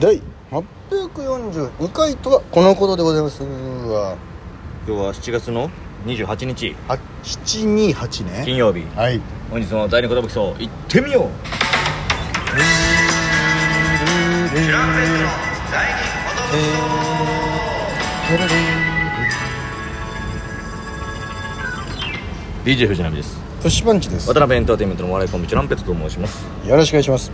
第842回とはこのことでございますわ今日は7月の28日あ728ね金曜日はい本日の第二言武器層行ってみよう DJ 藤波ですプッシュパンチです渡辺エンターテインメントのお笑いコンビチュランペットと申しますよろしくお願いします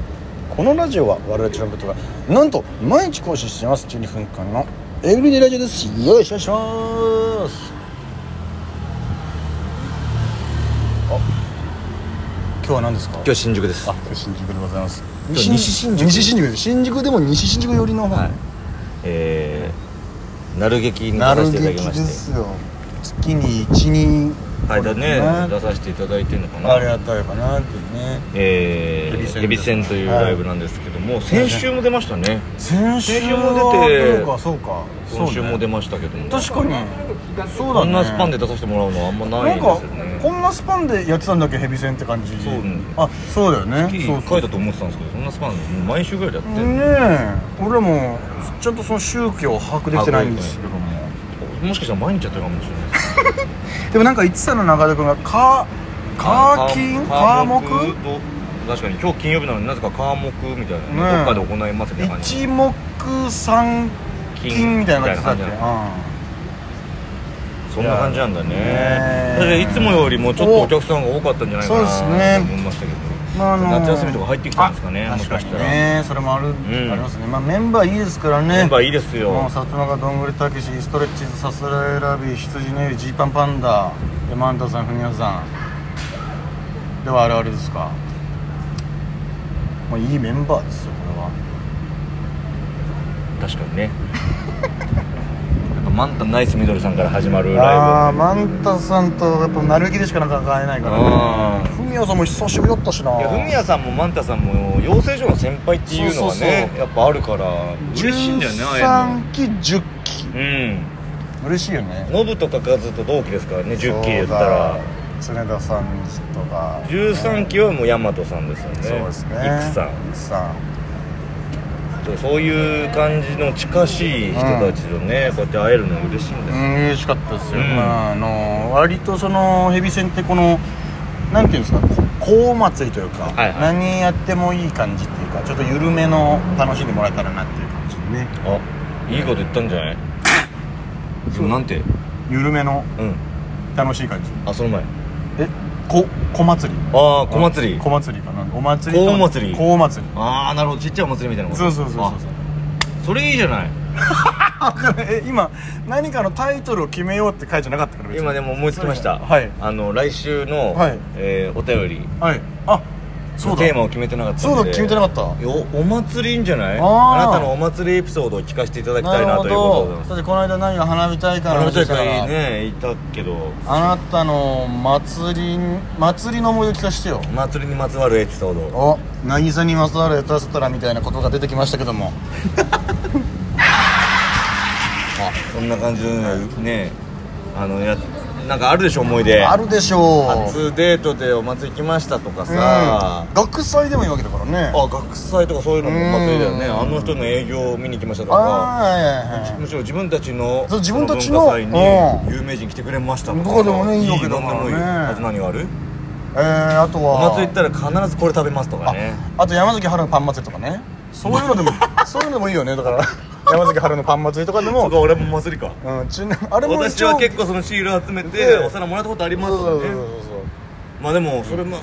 このラジオは我々チュランペットがなんと毎日更新してます12分間のエブリデイラジオですよろしくお願いしますあ今日は何ですか今日新宿ですあ新宿でございます日西新宿西新宿です新宿でも西新宿寄りの方、はいえー、なる劇に出なさるせていただべききまでしてすよ月に12はいだね出ねさせていただいてるのかなありがたいかなっていうねえヘビ戦ー、エビ戦というライブなんですけども、先週も出ましたね先週週もも出出ててそうかそうか今週も出まましたけども、確かにそうだねこんなスパンで出させてもらうのはあんまないなんんかですよねこんなスパンでやってたんだっけヘビ戦って感じそううんあそうだよね月そう1そ回うだと思ってたんですけどそんなスパンもう毎週ぐらいでやってねんのえ俺もちゃんとその宗教を把握できてないんですけどももしかしたら毎日やってるかもしれないですでもなんか言ってたの中田君がカーカーキンカーモカクーモク確かに今日金曜日なのになぜかカーモクみたいなねねどっかで行いますみたいな感じ一目三金みたいな感じだっみたいなけそんな感じなんだねね確かにいつもよりもちょっとお客さんが多かったんじゃないかなそうですとね思いましたけどうんまああの夏休みとか入ってきたんですかねあもしかしたら確にねそれもある、んありますねまあメンバーいいですからねメンバーいいですよもうさつまがどんぐりたけしストレッチーズさすらいラビー羊の湯ジーパンパンダでマンタさんふにゃさんでは我々ですかもういいメンバーですよこれは確かにねやっぱマンタナイスミドルさんから始まるあラあーマンタさんとやっぱなるきでしかなんか会えないイブからうんねふみやさんも久しぶりだったしないやフミヤさんもマンタさんも養成所の先輩っていうのそはねうそうそうやっぱあるから嬉しいんだよねああいうの13期10期うん嬉しいよねノブとかカズと同期ですからね10期で言ったらそうだ常田さんとか13期はもうヤマトさんですよねそうですねイクさいくさんそういう感じの近しい人たちとね、こうやって会えるの嬉しいんうですよ、ん嬉しかったですよ、うんまあ、あの割とそのヘビ戦ってこのなんていうんですかこ高祭りというか、はいはい何やってもいい感じっていうかちょっと緩めの楽しんでもらえたらなっていう感じでねあいいこと言ったんじゃないそうなんて緩めのうん楽しい感じあその前えこ小祭りああ小祭り小祭りかなお祭りと小祭り小祭ああなるほどちっちゃいお祭りみたいなりことそうそうそうそうあそれいいじゃないあわかんないえ今何かのタイトルを決めようって書いてなかったから別に今でも思いつきましたはいあの来週の、はいえーお便りはいあそうだテーマを決めてなかったんでそうだ決めてなかったいやおお祭りいいんじゃないああーなたのお祭りエピソードを聞かせていただきたいなということでございますだってこの間何が花火大会のあの話大したから会ねいたけどあなたの祭り祭りの思い出聞かせてよお祭りにまつわるエピソードお渚にまつわるエタストラみたいなことが出てきましたけどもそんな感じでねねあのやなんかあるでしょ思い出あるでしょう初デートでお祭り行きましたとかうんさ、学祭でもいいわけだからねあ学祭とかそういうのもお祭りだよねうんあの人の営業を見に行きましたとかあーはいはいはいむしろ自分たちのそう自分たちのそ文化祭うに有名人来てくれましたどこでもねいいわけだなかんらねでもいいあと何があるえー、あとおは祭り行ったら必ずこれ食べますとかねああと山崎春のパン祭りとかねそういうの でもそういうのもいいよねだから山崎春のパン祭りとかでそもうか俺も祭りかうんちなあれも私一応は結構そのシール集めてうんお皿もらったことありますそうそとうかそうねそうそうまあでもそれも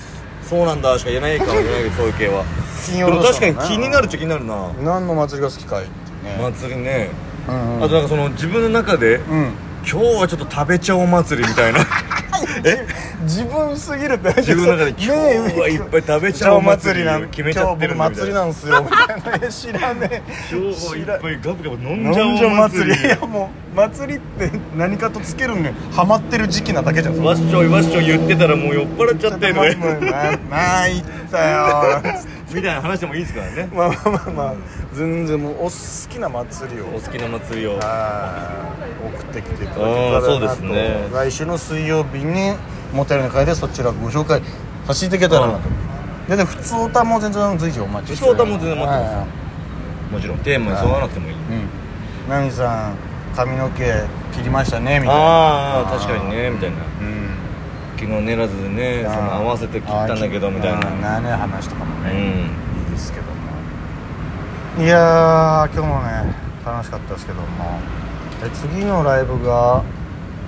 そうなんだしか言えないかもしれないけどそういう系は金で曜ロもードシ確ョかーに気になるっちゃ気になるな何の祭りが好きかいっていうね、祭りねうんうんあとなんかその自分の中でうん今日はちょっと食べちゃおう祭りみ たいなえ自分すぎるって自分の中で今日はいっぱい食べちゃおう祭りななん決めちゃってるんだ今日僕祭みたいりななんすよみたいな知らねえ今日はいっぱいガブガブ飲飲んんじじゃおうゃお祭祭りいりやもう祭りって何かとつけるのにハマってる時期なだけじゃんわっしょいわっしょい言ってたらもう酔っ払っちゃってる ねなないったよみたいな話でもいいですからねまあまあまあまあ全然もうお好きな祭りをお好きな祭りをはい送ってきていただけたあーらそうでなすと、ね来週の水曜日にモテるの会でそちらご紹介させていただけたらなと、でね普通歌も全然随時お待ちしております普通歌も全然お待ちしてますはいもうもちろんテーマに沿わなくてもいいうんナミさん髪の毛切りましたねみたいなああ確かにねみたいなうん昨日練らずでねその合わせて切ったんだけどみたいななね話とかもうね、んいいですけどもいやー今日もね楽しかったですけどもえ次のライブが、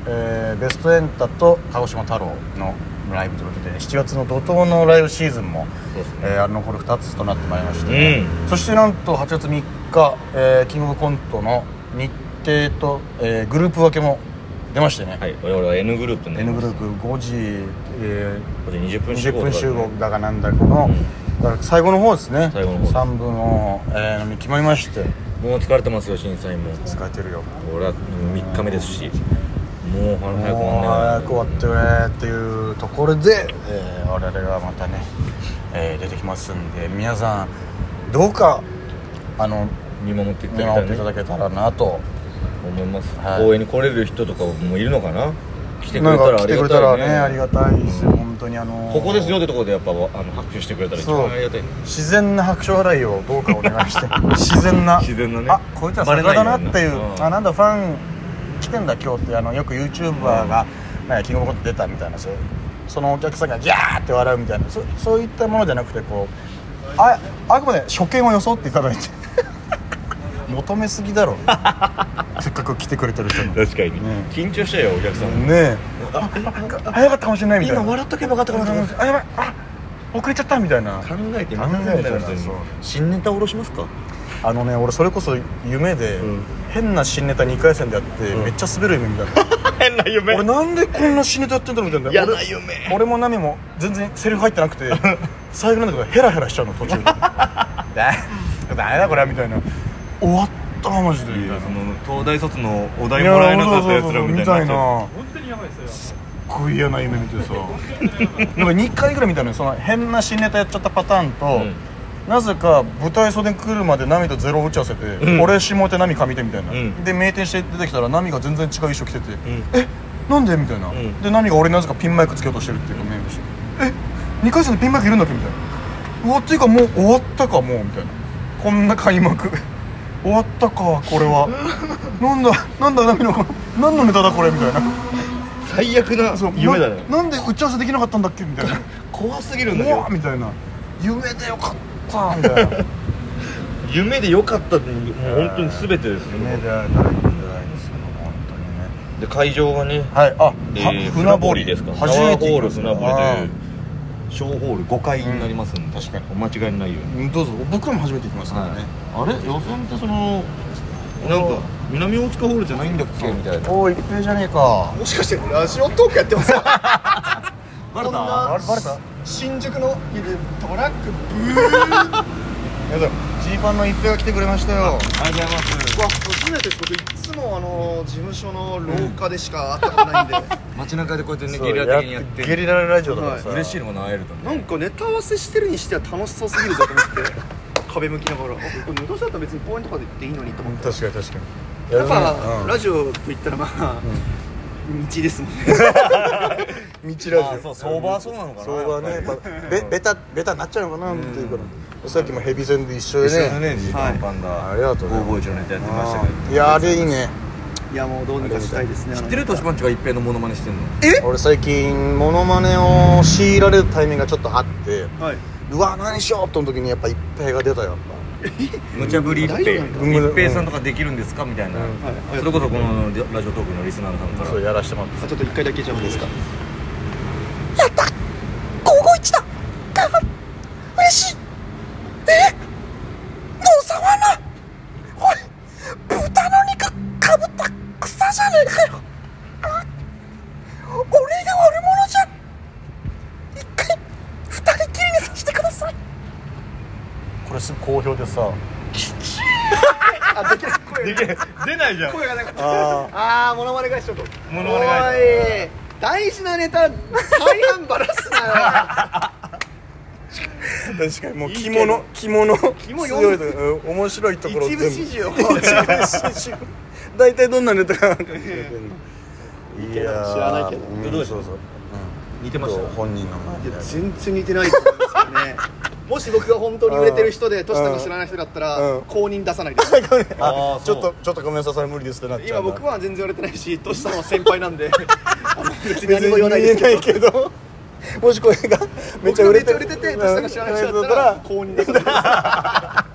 えーベストエンタと鹿児島太郎のライブということで7月の怒涛のライブシーズンも、そうですねえー、残る2つとなってまいりましうて、んそしてなんと8月3日、えーキングオブコントの日程と、えーグループ分けも出ましてね、はい我々は N グループね N グループ5時、えーこれ20分集20合分とか集ね合だかなんだかの、だから最後の方ですね最後の方3部の、えーに決まりましてもう疲れてますよ審査員も使えてるよ俺は3日目ですしもう早く終もう早わんねく終わってくれっていうところで、えー我々がまたね、えー出てきますんで皆さんどうかあの見守ってい見た守だっきていたただけいたらなと思いますはい応援に来れる人とかもいるのかな来てくなれんたからあ来りてくがれたたらいねねありがたいですようん本当にあのーここですよってところでやっぱあの拍手してくれたら一そう番ありがたいね自然な拍手払いをどうかお願 いして自然な自然なねあこいつは桜だなっていうバレないようにねあなんだファン来てんだ今日ってあのよく YouTuber が、ね、キングオブコント出たみたいなそうそのお客さんがギャーって笑うみたいなそそういったものじゃなくてこうああくまで初見を装っていただいて 求めすぎだろ せっかく来てくれてる人にね確かにね緊張したよお客さんもえあなんか早かったかもしれないみたいな今笑っとけばよかったかなと思ってあやばいあ遅れちゃったみたいな考えてみ考なさえいたよら本当にそう新ネタ下ろしますかあのね俺それこそ夢で、うん変な新ネタ2回戦でやって、うん めっちゃ滑る夢みたいな 変な夢俺なんでこんな新ネタやってんだろうみたいな嫌な俺夢俺もナミも全然セリフ入ってなくて最後なんだけどヘラヘラしちゃうの途中 でだダメだこれはみたいな終わったマジでみたいなその東大卒のお題もらえなかったやつらみたいになっちゃう本当にやばいですよすっごい嫌な夢見てさなんか2回ぐらい見たのよその変な新ネタやっちゃったパターンと、んなぜか舞台袖に来るまで涙ゼロ打ち合わせて、ん俺下手波上手みたいな、うんで名店して出てきたら波が全然違う衣装着てて、んえなんでみたいな、んで波が俺になぜかピンマイクつけようとしてるっていうのをメールしてえ2回戦でピンマイクいるんだっけみたいなうわっていうかもう終わったかもうみたいなこんな開幕 終わったかこれは なんだなんだ波のこの何のネタだこれみたいな最悪なそう夢だねななんで打ち合わせできなかったんだっけみたい な怖すぎるんだけうどわみたいな夢でよかったみ たいな夢で良かったってもう本当に全てですね夢ではないんじゃないんですけど本当にねで会場がね、はいあ、えはー、船船堀堀ですか初初めめててホー行ルき船ま堀しとたいう小ホール5階になりますんで、確かにお間違いないように、うんどうぞ僕らも初めて行きますからね、あれ予選ってそのなんか南大塚ホールじゃないんだっけみたいなおお一平じゃねえかもしかしてラジオトークやってますかバレこんたなバレバレた新宿のいるトラックブーンわやだジーパンの一平が来てくれましたよありがとうございます初めてです僕いつもあの事務所の廊下でしか会ったことないんで、街中でこうやってねそうゲリラ的にやってゲリララジオだからさ、嬉しいのもな会えるとね なんかネタ合わせしてるにしては楽しそうすぎるぞと思って 壁向きながらあこれ無駄だったら別に公園とかで行っていいのにと思って確かに確かにやっぱ、うんラジオといったらまあ、道ですもんね道ラジまあそう相場はそうなのかな相場はねややっっぱぱりべベタベタになっちゃうのかなっていうからさっきもヘビ戦で一緒でねねジーパンパンはいダありがとうね551のネタやってましたけいやあれいいねいやもうどうにかしたいですねど知ってる年パンチが一平のモノマネしてんの俺最近モノマネを強いられるタイミングがちょっとあってあのはいうわ何しようとの時にやっぱ一平が出たよやっ無茶ぶりって大丈夫なんだうん一平さんとかできるんですかみたいな、うんはいありそがとれうこそこのラジオトークのリスナーさんかぱらそうやらしてもらっあちょっと一回だけじゃないですかたこれすぐ好評でさあできない声が出ないじゃん声がなかったああーモノマネ返しちょっとモノマネ返おい大事なネタ大半ばらすなよ確かにもう着物着物物強いとかうん面白いところ一部始終を一部 大体どんなネタがいやー知らないけどうんどうでしょうそうそう似てまうしんた本人の前いでや全然似てないと思うんですよね もし僕が本当に売れてる人でトシさんが知らない人だったうんら公認出さな いですああーちそうょっとちょっとごめんなさいそれ無理ですってなっちゃ今うな僕は全然売れてないしトシさんは先輩な んであの別に別何も言わないにで言えすけどないけど もしこれがめっちゃ売れて僕がめっちゃ売れててトシさんが知らない人だったらうん公認出さないあ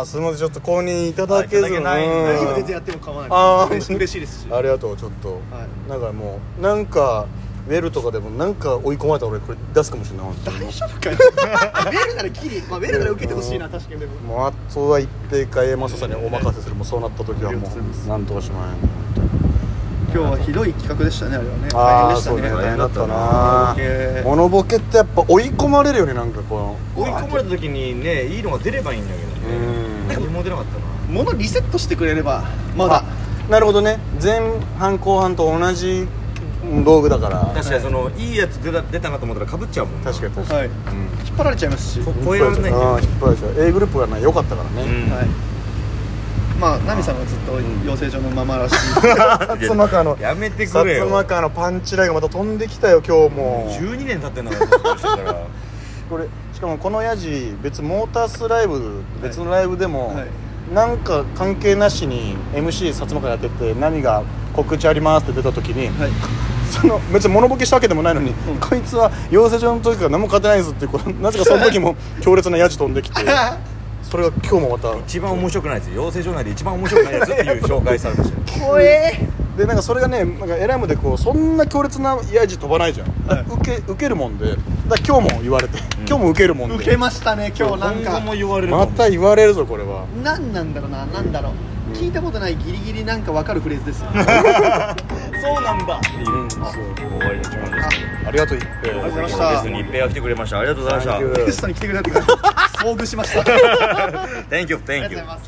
あすみませんちょっと公認いただけずあいただけないんだうん今全然やっても構わあないーです嬉し嬉しいですしありがとうちょっと、はいだからもうなんかウェルとかでもなんか追い込まれたら俺これ出すかもしれない本当に大丈夫かよ ウェルならギリ、まあ、ウェルなら受けてほしいな確かにでももうあとは一定かえまささんにお任せするもうそうなった時はもうなんとかしまえん今日はひどい企画でしたねあれはねあ大変あでしたそうねね大大変だ変だっったたなモノモノボボケケってやっぱ追い込まれるよねなんかこの追い込まれた時にねいいのが出ればいいんだけどうねん何も出なかったな物リセットしてくれればまだなるほどね前半後半と同じ道具だから確かにそのいいやつ出た出たなと思ったらかぶっちゃうもんな確かに確かはい引っ張られちゃいますし、そはに超えられないんだああよ引っ張られちゃう A グループがね良かったからね、うんいまあナミさんはずっと養成所のままらしい薩摩川 のやめてく薩れよ摩川のパンチラインがまた飛んできたよ今日も12年経ってんだからそうしてたらこれしかもこのヤジ別モータースライブ別のライブでも、はいなんか関係なしに MC 薩摩川やっててナミが告知ありますって出た時に、はいその別に物ボケしたわけでもないのに、こいつは養成所の時から何も勝てないぞっていうこのなぜかその時も強烈なヤジ飛んできてそれが今日もまた一番面白くないですよ養成所内で一番面白くないやつっていう紹介されましたよ怖えでなんかそれがねなんかエライムでこうそんな強烈なヤジ飛ばないじゃん、受け受けるもんでだから今日も言われて、今日も受けるもんで受けましたね今日なん今後かも言われるとま思うた言われるぞこれは何なんだろうな何だろう聞いたことないギリギリなんか分かるフレーズですよ そうなんだっていううんそう終わりの時間ですけありがとう一平どありがとうございました今日のゲストに一平が来てくれましたありがとうございましたサンキュー ゲストに来てくれたってから遭遇しましたありがとう Thank you, thank ござ you. います